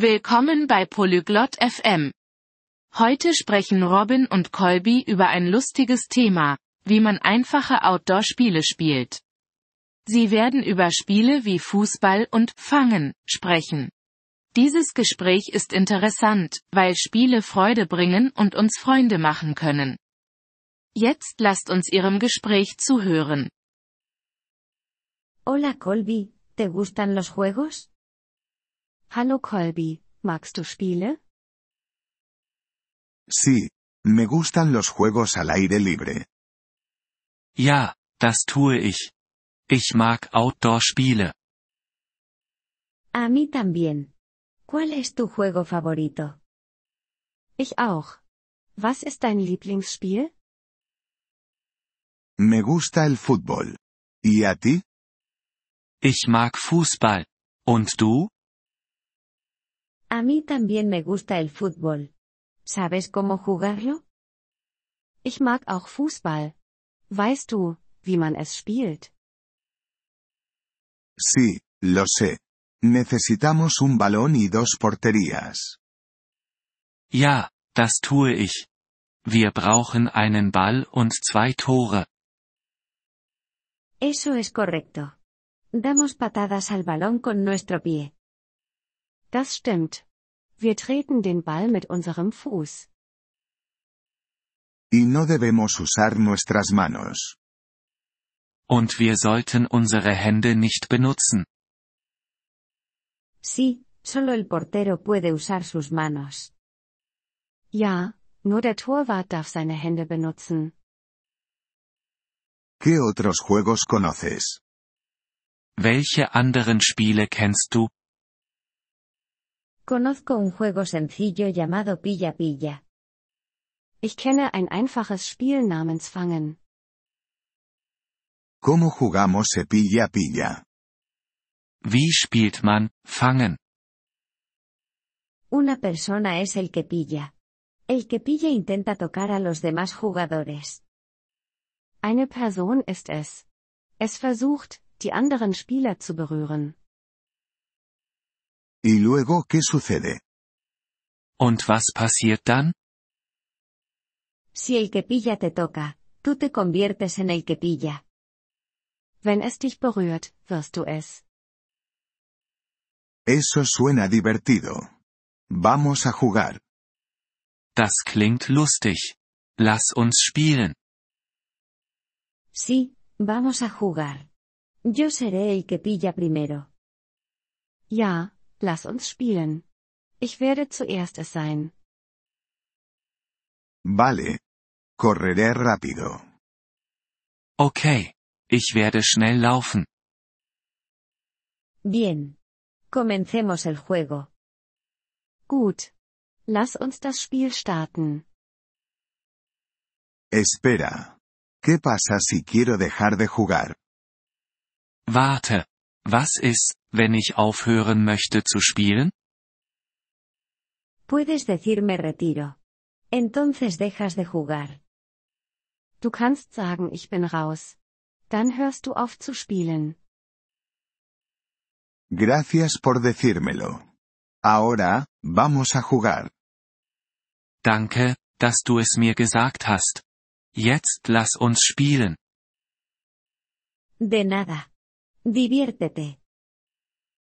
Willkommen bei Polyglot FM. Heute sprechen Robin und Colby über ein lustiges Thema, wie man einfache Outdoor-Spiele spielt. Sie werden über Spiele wie Fußball und Fangen sprechen. Dieses Gespräch ist interessant, weil Spiele Freude bringen und uns Freunde machen können. Jetzt lasst uns Ihrem Gespräch zuhören. Hola Colby, ¿te gustan los juegos? Hallo Colby, magst du Spiele? Sí, me gustan los juegos al aire libre. Ja, das tue ich. Ich mag Outdoor-Spiele. A mí también. ¿Cuál es tu juego favorito? Ich auch. Was ist dein Lieblingsspiel? Me gusta el fútbol. ¿Y a ti? Ich mag Fußball. Und du? A mí también me gusta el fútbol. ¿Sabes cómo jugarlo? Ich mag auch Fußball. Weißt du, wie man es spielt? Sí, lo sé. Necesitamos un balón y dos porterías. Ja, das tue ich. Wir brauchen einen Ball und zwei Tore. Eso es correcto. Damos patadas al balón con nuestro pie. Das stimmt. Wir treten den Ball mit unserem Fuß. Y no debemos usar nuestras manos. Und wir sollten unsere Hände nicht benutzen. Sí, solo el portero puede usar sus manos. Ja, nur der Torwart darf seine Hände benutzen. ¿Qué otros juegos conoces? Welche anderen Spiele kennst du? Conozco un juego sencillo llamado Pilla Pilla. Ich kenne ein einfaches Spiel namens Fangen. ¿Cómo jugamos cepilla pilla? Wie spielt man, fangen? Una persona es el que pilla. El que pilla intenta tocar a los demás jugadores. Eine Person ist es. Es versucht, die anderen Spieler zu berühren. ¿Y luego qué sucede? Und was passiert dann? Si el que pilla te toca, tú te conviertes en el que pilla. Wenn es dich berührt, wirst du es. Eso suena divertido. Vamos a jugar. Das klingt lustig. Lass uns spielen. Sí, vamos a jugar. Yo seré el que pilla primero. Ja, lass uns spielen. Ich werde zuerst es sein. Vale. Correré rápido. Okay. Ich werde schnell laufen. Bien. Comencemos el juego. Gut. Lass uns das Spiel starten. Espera. ¿Qué pasa si quiero dejar de jugar? Warte. Was ist, wenn ich aufhören möchte zu spielen? Puedes decirme retiro. Entonces dejas de jugar. Du kannst sagen, ich bin raus. Dann hörst du auf zu spielen. Gracias por decírmelo. Ahora, vamos a jugar. Danke, dass du es mir gesagt hast. Jetzt lass uns spielen. De nada. Diviértete.